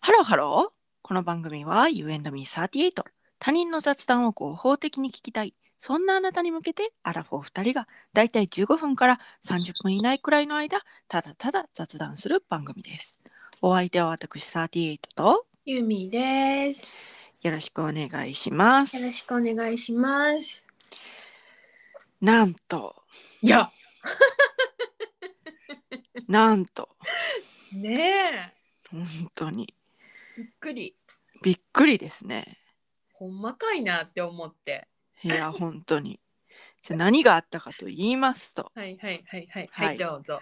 ハローハロー。この番組は You and me38。他人の雑談を合法的に聞きたい。そんなあなたに向けてアラフォー2人がだいたい15分から30分以内くらいの間、ただただ雑談する番組です。お相手は私38とゆみです。よろしくお願いしますよ。ろしくお願いします。なんと、いや、なんと、ね本当にえ、びっくり。びっくりですね。ほんまかいなって思って。い や、本当に。じゃあ何があったかと言いますと、はいはいはいはいはいはい、どうぞ。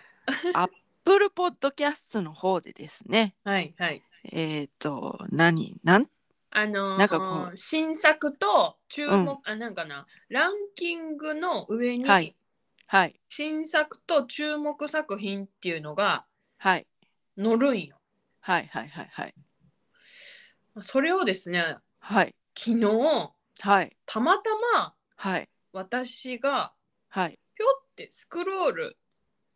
Apple Podcast の方でですね、はいはい。えっ、と、何、なん、あのーなんかこう新作と注目、うんあなんかなランキングの上に、はいはい、新作と注目作品っていうのがはい、載るんよ。はい、はい、はい、はい、それをですね、はい、昨日はい、たまたまはい、私がはい、ぴょってスクロール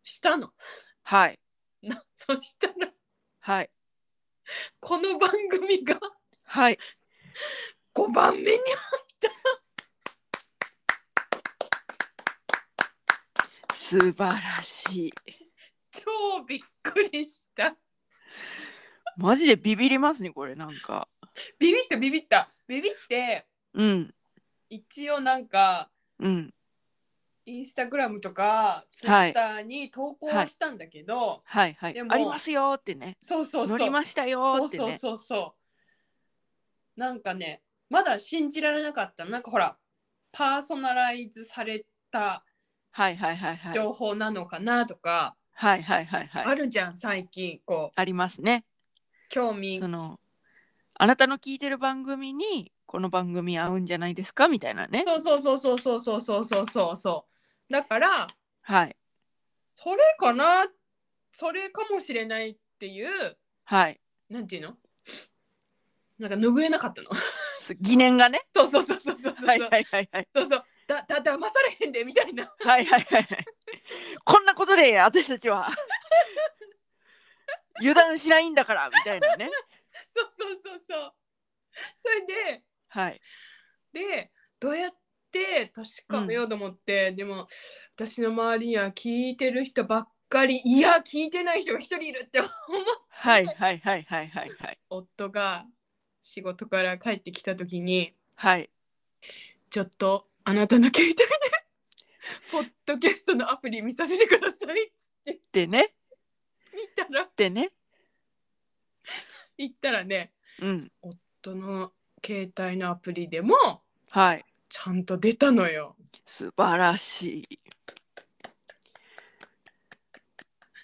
したの。 はい、なそしたらはい、この番組がはい、 5番目に素晴らしい。超びっくりしたマジでビビりますね、これ、なんか。ビビったビビったビビってうん、一応なんかうん、インスタグラムとかツイはいッターに投稿はしたんだけど、はい、はいで、もありますよーってね。そうそうそ乗うりましたよーそうってそうね。そうそうなんかねまだ信じられなかったなんかほらパーソナライズされたはい、はい、はい、はい。情報なのかなとか、はい、はい、はい、はあい。るじゃん最近こうありますね。興味その。あなたの聞いてる番組に、この番組合うんじゃないですかみたいなね。そうそうそうそうそうそうそうそうそうそうだからはい、それかなそれかもしれないっていうはい。なんていうのなんか拭えなかったのす疑念がね。 そうそうそうそうそうそう、はい、はい、はい、はい。そうそうだだ騙されへんでみたいな はいはいはいはい。こんなことで私たちは油断しないんだからみたいなね。そうそうそうそうそれではいでどうやって確かめようと思って、でも私の周りには聞いてる人ばっかりいや聞いてない人が一人いるって思うはいはいはいはいはいはい夫が仕事から帰ってきた時にはいちょっとあなたの携帯でポッドキャストのアプリ見させてくださいっつってでね見たらでね言ったらねうんどの携帯のアプリでもはいちゃんと出たのよ素晴らしい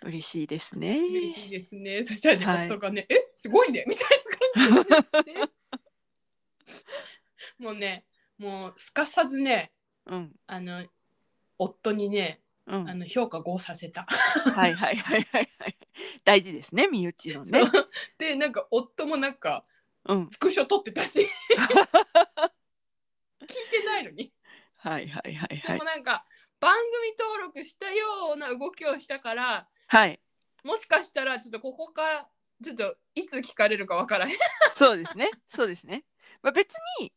嬉しいですね。嬉しいですねそしたらね、はい夫がね「えすごいね」みたいな感じで、 もうねもうすかさずねうんあの夫にねうんあの評価5させた。はいはいはいはいはい大事ですね身内のねそう。でなんか夫もなんかうんスクショ撮って たし聞いてないのに、はいはいはいではいもなんか番組登録したような動きをしたからはいもしかしたらちょっとここからちょっといつ聞かれるかわからへんそうですね。そうですね。まあ、別に。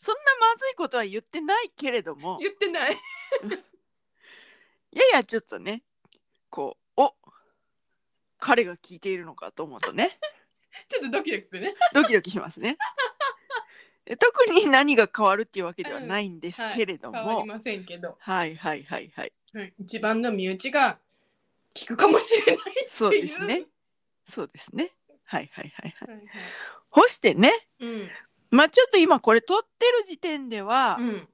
そんなまずいことは言ってないけれども。言ってないややちょっとね。こう、お。彼が聞いているのかと思うと ね。ちょっとドキドキするねドキドキしますね。え特に何が変わるっていうわけではないんですけれど変わもり。ませんけど、はいはいはいはい。はい、一番の身内が聞くかもしれないそうですっていねう。そうですね。はいはいはいはい。はいはい干してね。うんまあ、ちょっと今これ撮ってる時点ではう。ん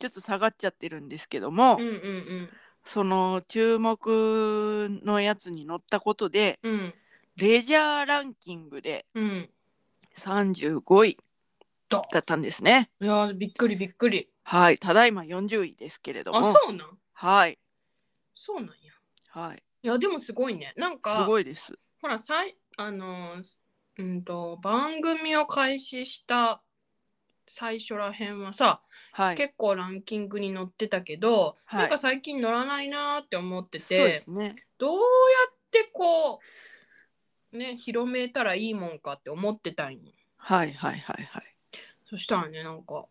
ちょっと下がっちゃってるんですけども。うんうんその注目のやつに載ったことでうんうんレジャーランキングでうん35位どだったんですね。いやーびっくりびっくりはい、ただいま40位ですけれどあも、そうなんはい、そうなんやはい、いやでもすごいねなんかすごいです。ほらさいあのーうんと番組を開始した最初らへんはさ、はい、結構ランキングに載ってたけど、はいなんか最近乗らないなーって思ってそうでてすね。どうやってこうね広めたらいいもんかって思ってたんよはいはいはいはそしたらねなんか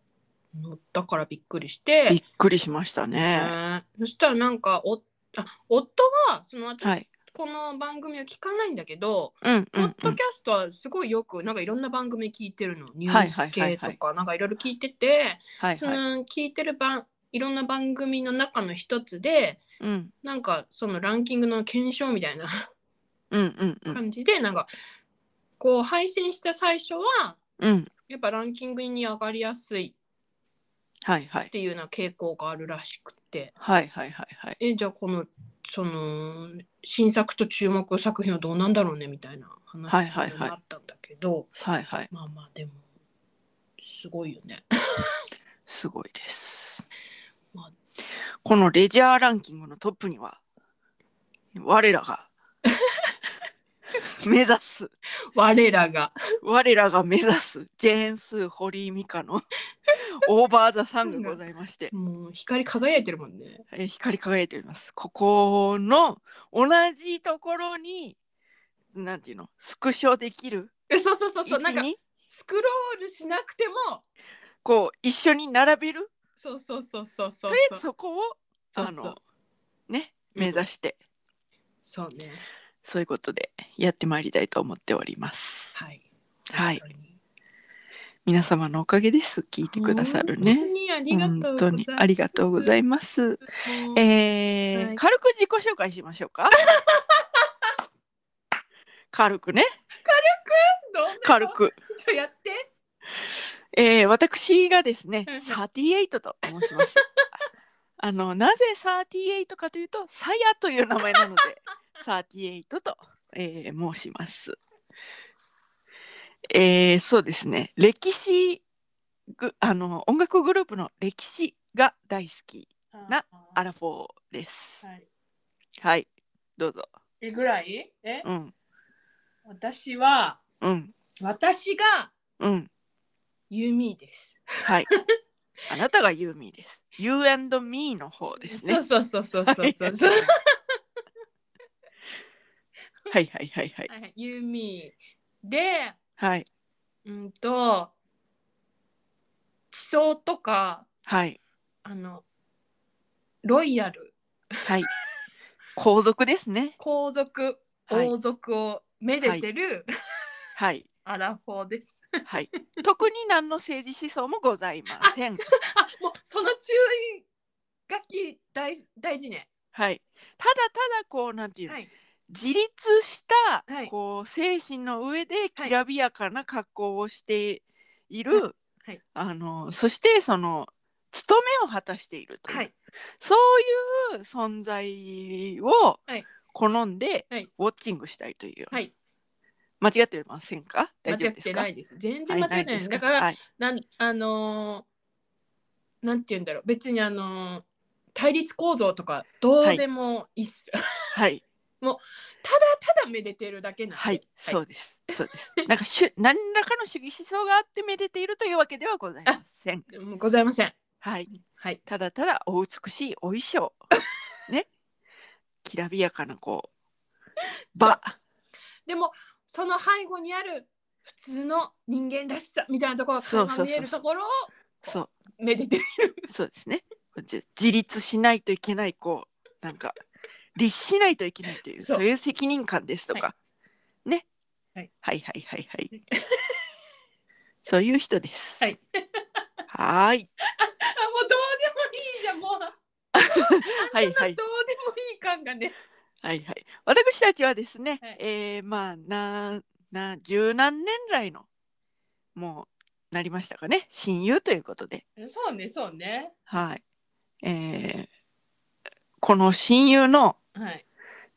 乗ったからびっくりしい。びて、っくりしましたね。ねそしたらなんかおあ夫はその私、はい。この番組を聞かないんだけど、うんうん、うポッドんキ。ャストはすごいよくなんかいろんな番組聞いてるのニュはいーはいスはいはい系とかなんかいろいろ聞いてて、はいそはい。の聞いてる番いろんな番組の中の一つでうんなんかそのランキングの検証みたいなうんうんうん感じで、なんかこう配信した最初はうん。やっぱランキングに上がりやすいはいはいっ。ていうような傾向があるらしくてはいはいはいはい。えじゃあこのその新作と注目作品はどうなんだろうねみたいなはい話はいにはいなったんだけど、はいはい。まあまあでもすごいよね。すごいですまあ。このレジャーランキングのトップには、我らが 目指す、我らが我らが目指すジェーンスー・堀井美香のオーバー・ザ・サンがございまして、もう光り輝いてるもんね。えー光り輝いております。ここの同じところに、なんていうの、スクショできるえそうそうそう位そう置なんかに、スクロールしなくてもこう、一緒に並べる。そうそうそうそうそうとりあえずそこを、そうあそうの、ね、うん目指してそうねそういうことでやってまいりたいと思っております。はいはい本当に皆様のおかげです。聞いてくださる本当ね。にありがとう本当ございますにありがとうございます。もうえーはい軽く自己紹介しましょう か。軽くね、どんな軽く。ちょやってえー私がですねうんう、ん38と申し ます。あの、なぜ38かというと、さやという名前なので、38と、えー申します。えーそうですね、歴史ぐ、あの、音楽グループの歴史が大好き、なアらラフォーです。はいはい、どうぞ。えぐらいえうん、私はうん、私がうん。ユミです はい。あなたがユーミーです。You and me の方ですね。そうそうそうそうそうそうそうはいはい はいはいはい。はいユミではいうんと地層とかはいあのロイヤル はい。皇族ですね。皇族はい王族をめでてる、はいアラフォーですはい。特に何の政治思想もございません。あもうその注意書き大大事ねはい。ただただこうなんていうの、はい自立した、はいこう精神の上できらびやかな格好をしている、いはいあのそしてその務めを果たしているという、はいそういう存在をはい好んで、はいウォッチングしたいという、はい間違ってませんか大間丈違夫っですてかないです全然間違ってないですだから、はい、なんあのーなんて言うんだろう別にあのー対立構造とかどうでもいいっす、はい、ただただめでてるだけなんではい、そううです。そうです。なんかしゅ、 何らかの主義思想があってめでているというわけではございません。もうございませんはい、はいただただお美しいお衣装。ね。 きらびやかなこ う。場。でもその背後にある普通の人間らしさみたいなところがそう垣そうそう間見えるところをそめでてる う、そうですね。じ自立しないといけないこう、なんか。律しないといけないという、そうそういう責任感ですとか。ね。はいはいはいはいはい。 そういう人です。はい。はーい。あもうどうでもいいじゃんもうはいはどういで。もいい感がねはいはい。私たちはですね、はいえーまあなな十何年来のもうなりましたかね親友ということで、そうねそうねはいえーこの親友のはい、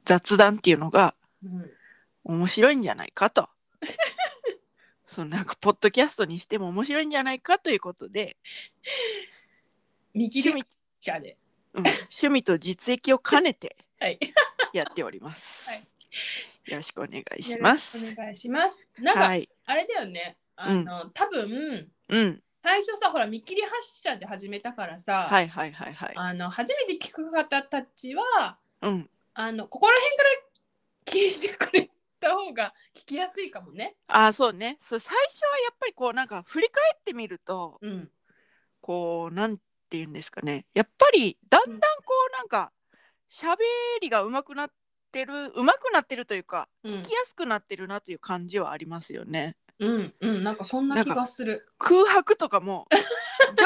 雑談っていうのがうん、面白いんじゃないかと そのなんかポッドキャストにしても面白いんじゃないかということで右趣で味,、ちゃでうん、趣味と実益を兼ねてはいやっております。はいよろしくお願いします。お願いしますなんか、はい、あれだよねあの、多分うん、最初さほら見切り発車で始めたからさ、はいはいはいはい。あの初めて聞く方たちはうん、あのここら辺から聞いてくれった方が聞きやすいかもね。あそうねそう最初はやっぱりこうなんか振り返ってみるとうん。こうなんて言うんですかねやっぱりだんだんこうなんか喋りが上手くなってる上手くなってるというかうん聞きやすくなってるなという感じはありますよね。うんうんなんかそんな気なんがする。空白とかも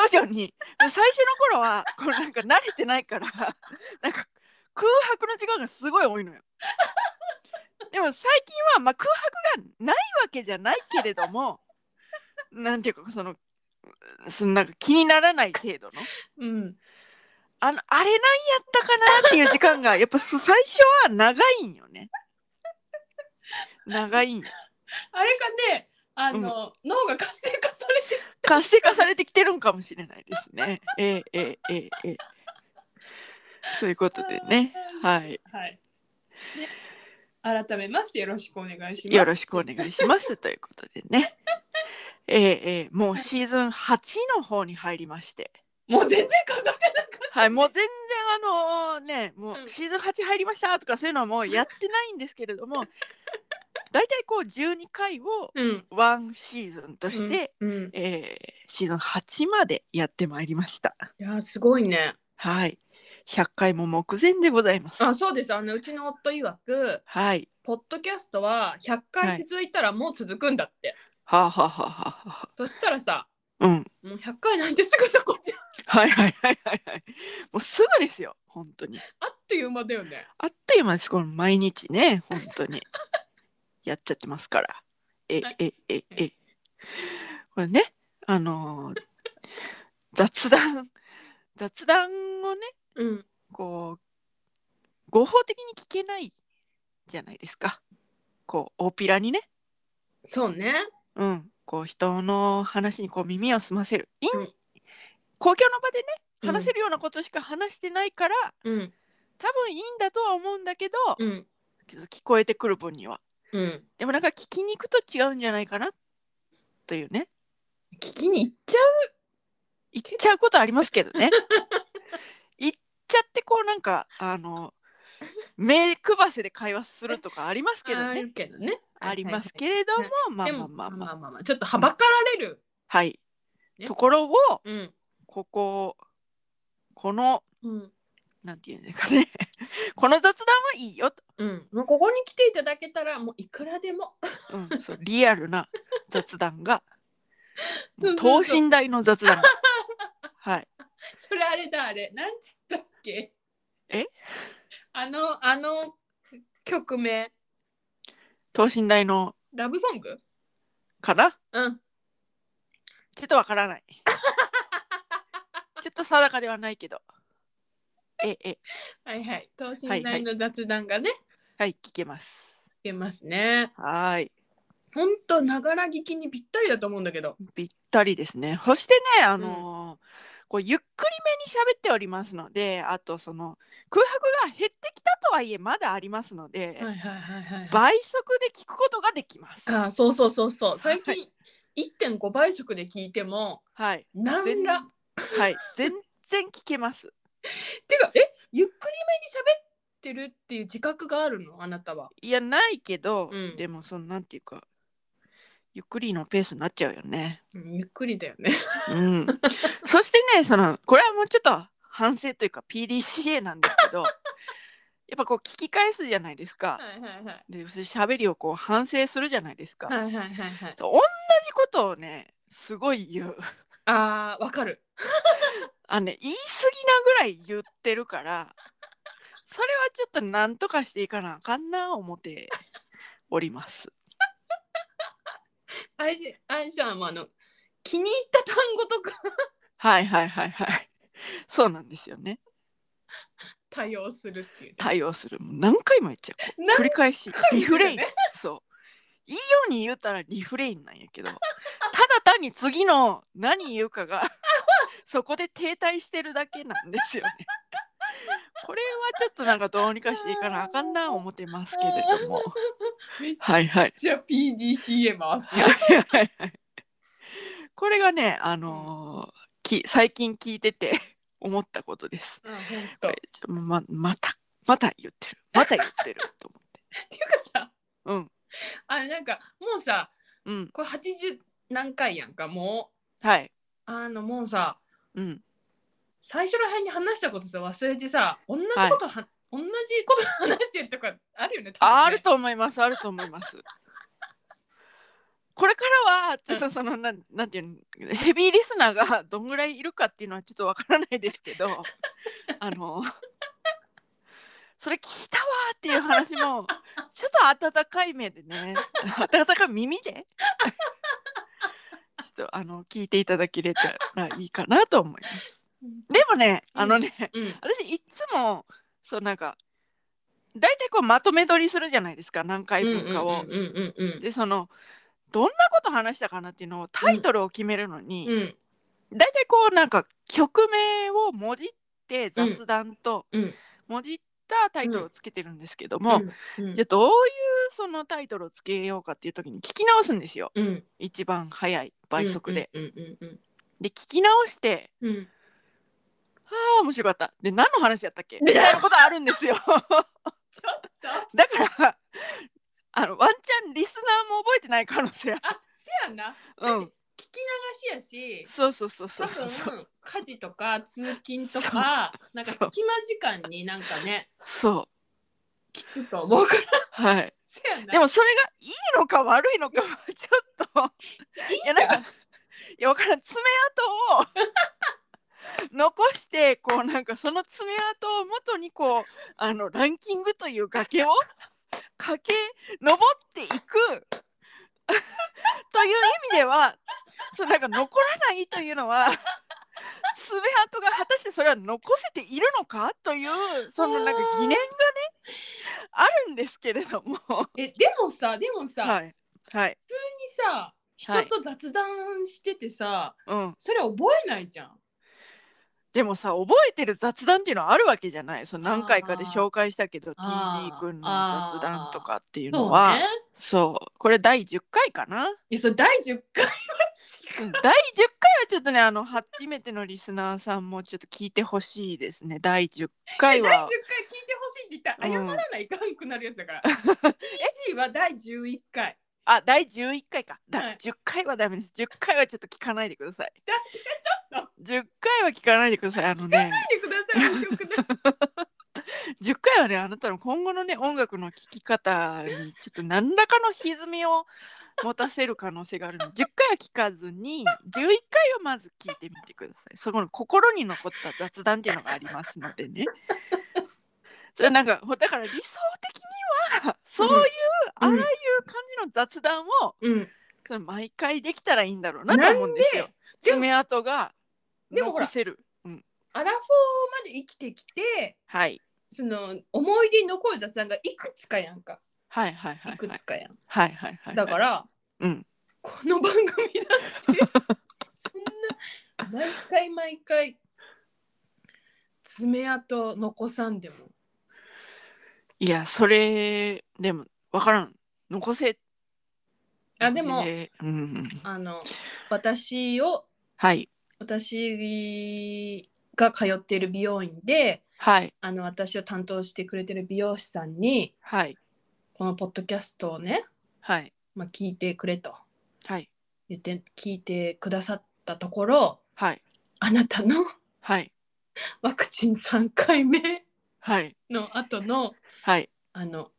徐々に最初の頃はこうなんか慣れてないからなんか空白の時間がすごい多いのよ。でも最近は、まあ、空白がないわけじゃないけれどもなんていうかそのそのなんか気にならない程度のうん。あのあれなんやったかなっていう時間がやっぱす 最初は長いんよね。長いんよあれかねあの、脳が活性化されて活性化されてきてるんかもしれないですね。ええええええええそういうことでね。はい。はい。ね改めましてよろしくお願いします。よろしくお願いしますということでね。ええええもうシーズン8の方に入りまして。もう全然飾ってなかっはい、もう全然あのね、もうんうシーズン8入りましたとかそういうのはもうやってないんですけれども、大体こう12回をた。うん。ワンシーズンとして、うん、うん、ええシーズン8までやってまいりました。いやーすごいね。はい。100回も目前でございます。あそうですあのうちの夫曰くはい。ポッドキャストは100は回い続いたらもう続くんだって。はあ、はあはあはあはそしたらさあ、うん。もう100回なんてすぐそこじゃんはいはいはいはいはい。もうすぐですよ。本当に。あっという間だよね。あっという間です。この毎日ね。本当に。やっちゃってますから。えはい、え、え、え。これね。あのー雑談。雑談をね。うん。こう。合法的に聞けない。じゃないですか。こう、大ピラにね。そうね。うん、こう人の話にこう耳を澄ませる、いんうん公共の場でねうん話せるようなことしか話してないから、うん。多分いいんだとは思うんだけど、うん。聞こえてくる分にはうん。でもなんか聞きに行くと違うんじゃないかなというね聞きに行っちゃう。言っちゃうことありますけど ね言っちゃってこうなんかあの目くばせで会話するとかありますけどあねるけどね。ありますど。けれども、まあでまあもままああまあまあまあ、ちょっとはばかられる。はい、ねところをうん。こここのうん。なんていうんですかね この雑談はいいよと、うん、もうここに来ていただけたらもういくらでも うん、そうリアルな雑談がそうそうそ等う身大の雑談はいそれあれだあれなんつったっけえあのあの曲名等身大のラブソングかなうんちょっとわからないちょっと定かではないけどええはいはい等身はいは大いの雑談がね、はい聞けますいけますねはーいほんとながら聞きにぴったりだと思うんだけどぴったりですねそしてねあのーこうゆっくりめに喋っておりますのであとその空白が減ってきたとはいえまだありますので、はいはいはいはい倍速で聞くことができます。あそうそうそうそう最は近1.5倍速で聞いてもはい。なん全らはい。全然聞けます。てかえゆっくりめに喋ってるっていう自覚があるのあなたはいやないけど、うんでもそのなんていうかゆっくりのペースになっちゃうよね。うんゆっくりだよねうん。 そしてねそのこれはもうちょっと反省というか PDCA なんですけど、やっぱこう聞き返すじゃないですかは。いはいはいでそしゃべりをこう反省するじゃないですか。はいはいはいはいそう同じことをねすごい言う。 あーわかるあのね言い過ぎなぐらい言ってる からそれはちょっとなんとかしていかなあかんな思っております。あれであれじゃんもうあの気に入った単語とかはいはいはいはい。そうなんですよね。対応するっていう対応する。もう何回も言っちゃう。何繰り返し。回リもフレ言うインね。そう。いいように言うたらリフレインなんや けど、ただ単に次の何言うかが そこで停滞してるだけなんですよね。これはちょっとなんかどうにかしていかなあかんな思ってますけれども。めっはいはい。ちゃ PDCA 回すはよいはいはいこれがね、あのーき最近聞いてて思ったことです。うんほんことれちょままたまた言ってるまた言ってるとっていうかさ思って。あなんかもうさうん。これ80何回やんかもはい。うあのもうさうん。最初ら辺に話したことさ忘れてさ同じことは、同じこと話してるとかあるよね多分ねあると思います。あると思います。これからは、ちょっとその、なん、なんていうの、ヘビーリスナーがどんぐらいいるかっていうのはちょっとわからないですけど。 あの。それ聞いたわーっていう話も、ちょっと温かい目でね、温かい耳 で。ちょっと、あの、聞いていただけれたらいいかなと思います。でもね、あのね。うん私いつもそうなんか大体こうまとめ撮りするじゃないですか何回分かを。うんうんうんうんでそのどんなこと話したかなっていうのをタイトルを決めるのに、うん大体こうなんか曲名をもじって雑談とうんうんもじったタイトルをつけてるんですけども、うんうんじゃあどういうそのタイトルをつけようかっていう時に聞き直すんですようん一番早い倍速で。うんうんうんで聞き直してうんうん「ああ面白かった」で何の話やったっけみたいなことあるん ですよ。だからあのワンチャンリスナーも覚えてない可能性ある。あせやな うん、聞き流しやしそうそうそうそ多うそうそう。分家事とか通勤とかなんかそう隙間時間になんかねそ聞くと思うからうはい。せやなでもそれがいいのか悪いのかは ちょっといいいやなんかいやわからん爪痕を 残してこうなんかその爪痕を元にこうあのランキングという崖を駆け上っていく という意味ではそうなんか残らないというのは爪痕が果たしてそれは残せているのかというそのなんか疑念がねあるんですけれどもえでもさでもさ、はいはい普通にさ人と雑談しててさ、うんそれ覚えないじゃんでもさ覚えてる雑談っていうのはあるわけじゃないその何回かで紹介したけどあー TG 君のあー雑談とかっていうそのうはねそう,、これ第10回かないやそれ第10回はうん第10回は ちょっとねあの初めてのリスナーさんもちょっと聞いてほしいですね第10第回10回聞はいてほしいって言ったらうん謝らないかんくなるやつ だから。TG は第11回。あ第11回かだ、はい10回はダメです10回はちょっと聞かないでくださいだけちょっと10回は聞かないでくださいあのね見てください。面白くない10回はねあなたの今後のね音楽の聴き方にちょっと何らかの歪みを持たせる可能性があるので10回は聞かずに11回はまず聞いてみてくださいそこの心に残った雑談っていうのがありますのでねそれなんかほだから理想的にはそういうあらうゆんる感じの雑談を うん、それ毎回できたらいいんだろうなと思うんですよなんででも爪痕がでもほ残らせる、うん、アラフォーまで生きてきてはいその思い出に残る雑談がいくつかやんかはいはいはいいくはいつかやん、はいはいはいだから、うんこの番組だってそんな毎回毎回爪痕残さんでもいやそれでも分からん残せあ でもえーうんうん、あの私をはい私が通っている美容院ではいあの私を担当してくれてる美容師さんにはいこのポッドキャストをね、はいまあ、聞いてくれとはい言って聞いてくださったところはいあなたの はいワクチン3回目はいの後のはいっあの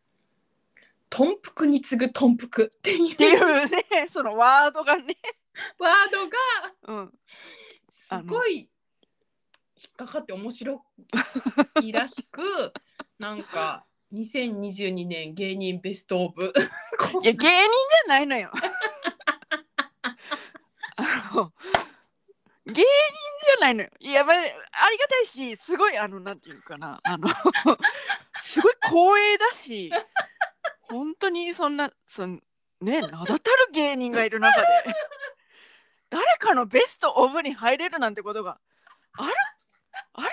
「豚腹に次ぐ豚腹」っていうていうねそのワードがね、ワードがうん、すごい引っかかって面白いらし くなんか2022年芸人ベスト オブいや芸人じゃないのよあの芸人じゃないのよいや、まあ、ありがたいしすごいあのなんていうかなあのすごい光栄だし本当にそんなそのね名だたる芸人がいる中で誰かのベストオブに入れるなんてことがあるあるのっ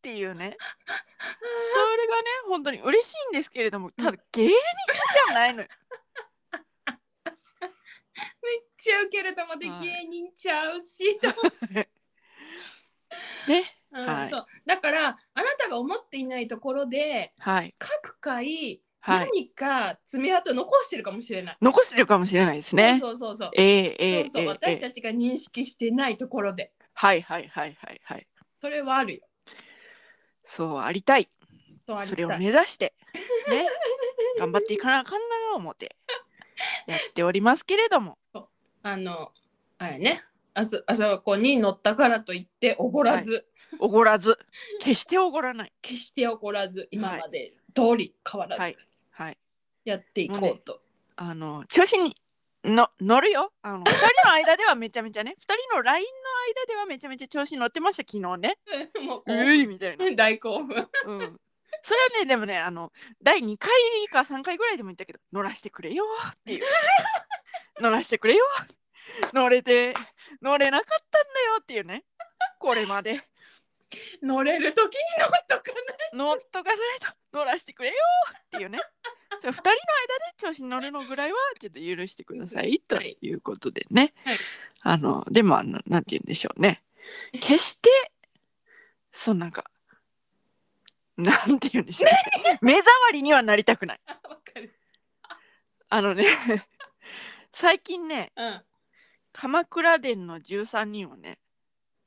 ていうねそれがね本当に嬉しいんですけれどもただ芸人じゃないのよめっちゃウケると思ってはい芸人ちゃうし、とねう んはいそうだからあなたが思っていないところではい各回はい。何か爪痕残してるかもしれない。残してるかもしれないですね。そうそうそうそう。ええええそうそうえええ私えたちが認識してないところではいはいはいはいはい。それはあるよ。そうありたい。そうありそれをたい目指して、ね、頑張っていかなあかんなあ思ってやっておりますけれども、あのあれねあそあそこに乗ったからといっておごらず、おごらず、決しておごらない。決しておごらず今まで通り変わらはずいはい。やっていこうと。あの調子にの乗るよ。あの二人の間ではめちゃめちゃね、二人のラインの間ではめちゃめちゃ調子に乗ってました昨日ね。もうこうういみたいな。うん。大興奮。それはねでもねあの第二回か三回ぐらいでも言ったけど乗らしてくれよっていう。乗らしてくれよ。乗れて乗れなかったんだよっていうね。これまで乗れる時に乗っとかない。乗っとかないと乗らしてくれよって いうね。そう二人の間で調子に乗るのぐらいはちょっと許してくださいとはいいうことでね。はいあのでもあのなんて言うんでしょうね。決してそうなんかなんて言うんでしょう、ね、目障りにはなりたくない。あわかる。あのね最近ねうん。鎌倉殿の13人をね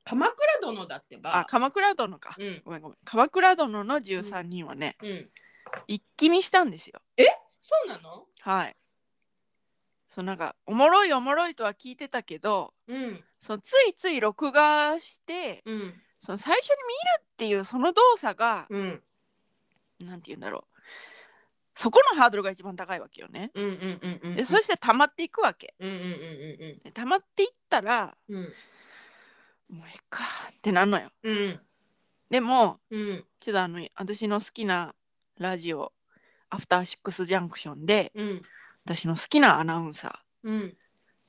鎌倉殿だってば。あ鎌倉殿か。うんごめんごめん鎌倉殿の13人をね、うん。一気見したんですよ。そうなの？はい。そうなんかおもろいおもろいとは聞いてたけどうんそのついつい録画してうんその最初に見るっていうその動作がうんなんて言うんだろうそこのハードルが一番高いわけよね。うんうんうんうん。でそして溜まっていくわけ。うんうんうんで溜まっていったらうんうんもうええかってなんのよ。うんでもうんちょっとあの私の好きなラジオ「アフターシックスジャンクションで」うん私の好きなアナウンサーうん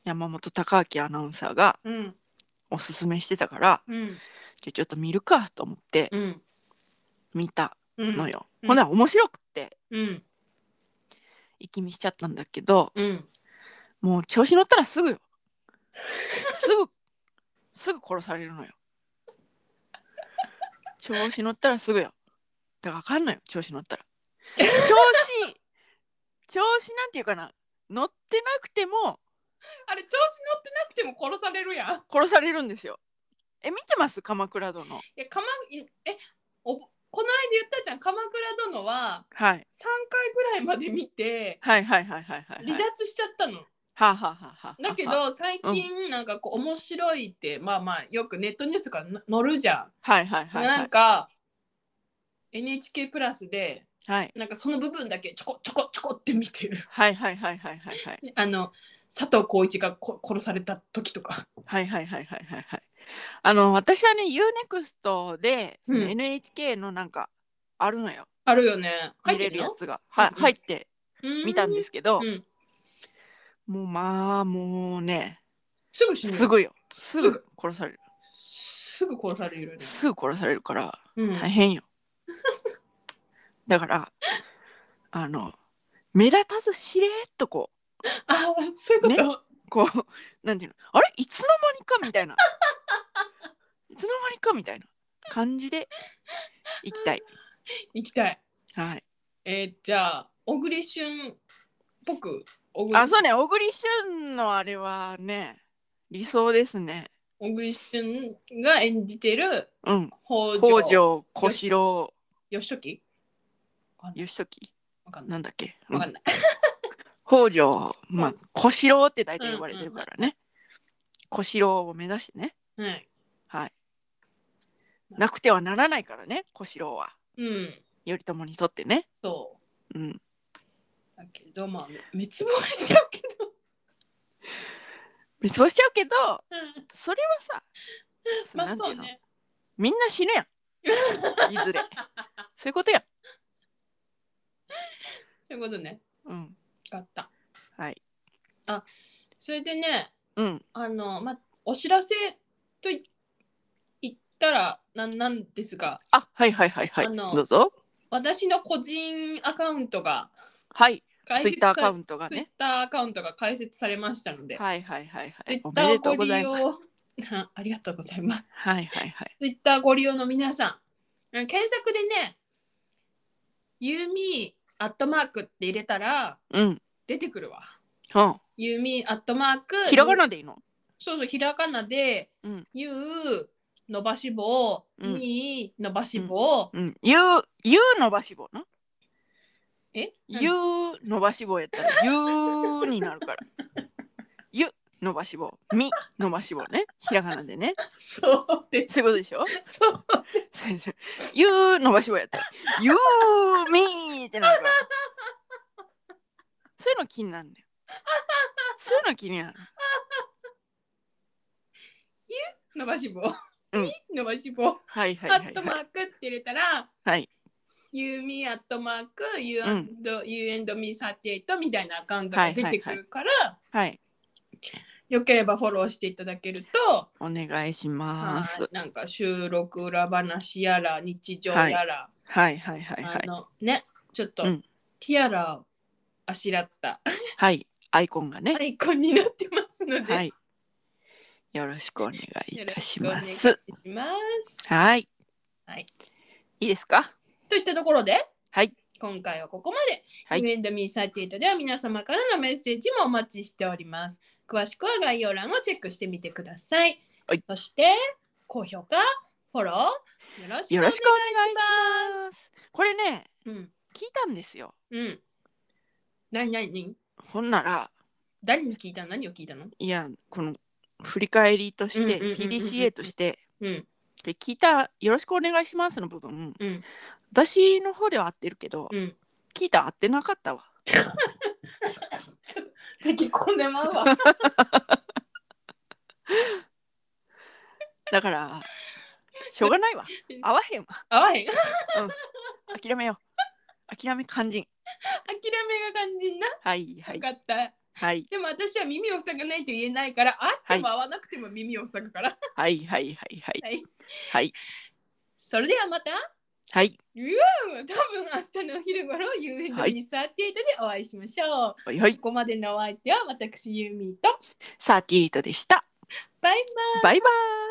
山本隆明アナウンサーがうんおすすめしてたからうんじゃあちょっと見るかと思ってうん見たうんのよ。うんほんなら面白くってうん一気見しちゃったんだけどうんもう調子乗ったらす ぐよ。すぐすぐ殺されるのよ。調子乗ったらすぐよ。だからあかんのよ調子乗ったら。調子調子なんていうかな乗ってなくてもあれ調子乗ってなくても殺されるやん。い殺されるんですよ。え見てます鎌倉殿。や鎌いえおこの間言ったじゃん鎌倉殿ははい三回ぐらいまで見てはいはいはいはいはい、離はい。脱しちゃったの。はあ、はあはあはあ、だけど最近なんかこう面白いってまあまあよくネットニュースとから載るじゃん。はいはいはいはないんか NHK プラスではいなんかその部分だけちょこちょこちょこって見てる。 はいはいはいはいはいはいあの佐藤浩市がこ殺された時とか。はいはいはいはいはいはいあの私はね UNEXT でそのうん NHK のなんかあるのよ、あるよね。入見れってるるやよ。つがはうんうん入って見たんですすけど、うん、もうまあもうねすぐ死ぬ。すぐよすすぐぐ殺されるすぐ殺されるよね。すぐ殺されるからうん大変よ、だからあの目立たずしれーっとこあそういうこと、うこうなんていうのあれいつの間にかみた いないつの間にかみたいな感じで行きたい行きたい。はいえー、じゃあ小栗旬っぽく小栗あそうね小栗旬のあれはね理想ですね小栗旬が演じてるうん北北条条小四郎義時義時わかんない。なんだっけ、うわんかんない。北条んまあ小四郎って大体呼ばれてるからね小四郎を目指してねはい。はいなくてはならないからね小四郎はうん。頼朝にとってねそうんう。だけど、まあ、め滅亡しちゃうけど。滅亡しちゃうけどそれはさ まなあ、んていそううのね。みんな死ぬや んいずれそういうことやんそういうことね。うん分かった。はいそれでね、うんあの、まあ、お知らせとい言ったらなんなんですが、あはいはいはいはいあのどうぞ私の個人アカウントがはい開ツイッターアカウンントがツイッね。ターアカウントが開設されましたので、はいはいはいはツイい。ッおタめーでをとうごござ利います。用ありがとうございます。 はいはいはい。ツイッターご利用の皆さん、検索でね、ユーミーアットマークって入れたらうん。出てくるわ。うん。ユーミンアットマーク。ひらがなでいいのそうそう、ひらがなで、うんゆう、伸ばし棒、うんに、伸ばし棒、うん。ゆう、ゆう伸ばし棒な。えゆう伸ばし棒や ったら、ゆうになるから。ゆ伸ばし棒。み伸ばし棒ね。ひらがなでね。そうでそういうことでしょす。そう。先生ゆう伸ばし棒やった ら、ゆうみーってなるから。そういうの気になるんだよ。そういうの気になる。伸ばし棒。うんに伸ばし棒。はいはいアはッい、トはマい。ークって入れたら、はい。ユーミンアットマーク、ユうーエンドミーサーティエイトみたいなアカウントはいがは出いはいてくるから、はい。よければフォローしていただけると、お願いしますはい。なんか収録裏話やら、日常やら、はいはいはいはいあ。のね、ちょっと、うんティアラをあしらったはい。アイコンがねア。イコンになってますので、はい。よろしくお願いいたしまよす。ろしくお願いします。はい。はい。いいですかといったところで、はい。今回はここまで。はい You and me38 では皆様からのメッセージもお待ちしております。詳しくは概要欄をチェックしてみてください。はいそして、高評価、フォロー、よろしくおよ願ろいししくお願いしまます。これね、す。うん。聞いたんですよ。うん。何何何ほんなら、誰に聞いたの何を聞いたのいや、この振り返りとして、うんうんうんうんうん PDCA として、うん。で聞いた「よろしくお願いします」の部分、うん私の方では合ってるけど、うん。聞いたら合ってなかったわ咳込んでまう わ。だからしょうがないわ合わへんわ合わへん。諦諦めよう諦め肝心めが肝心な。はいはいよかった。はいでも私は耳を塞がないと言えないから、あっても合わなくても耳を塞ぐから。はいはいはいはいはい。はいそれではまた、はいうん多分明日のお昼頃、ユーミンのはいミサーティエイトでお会いしましょう。はいはいここまでのお相手は私、ユーミンと、 38でしたバイババイイバーイ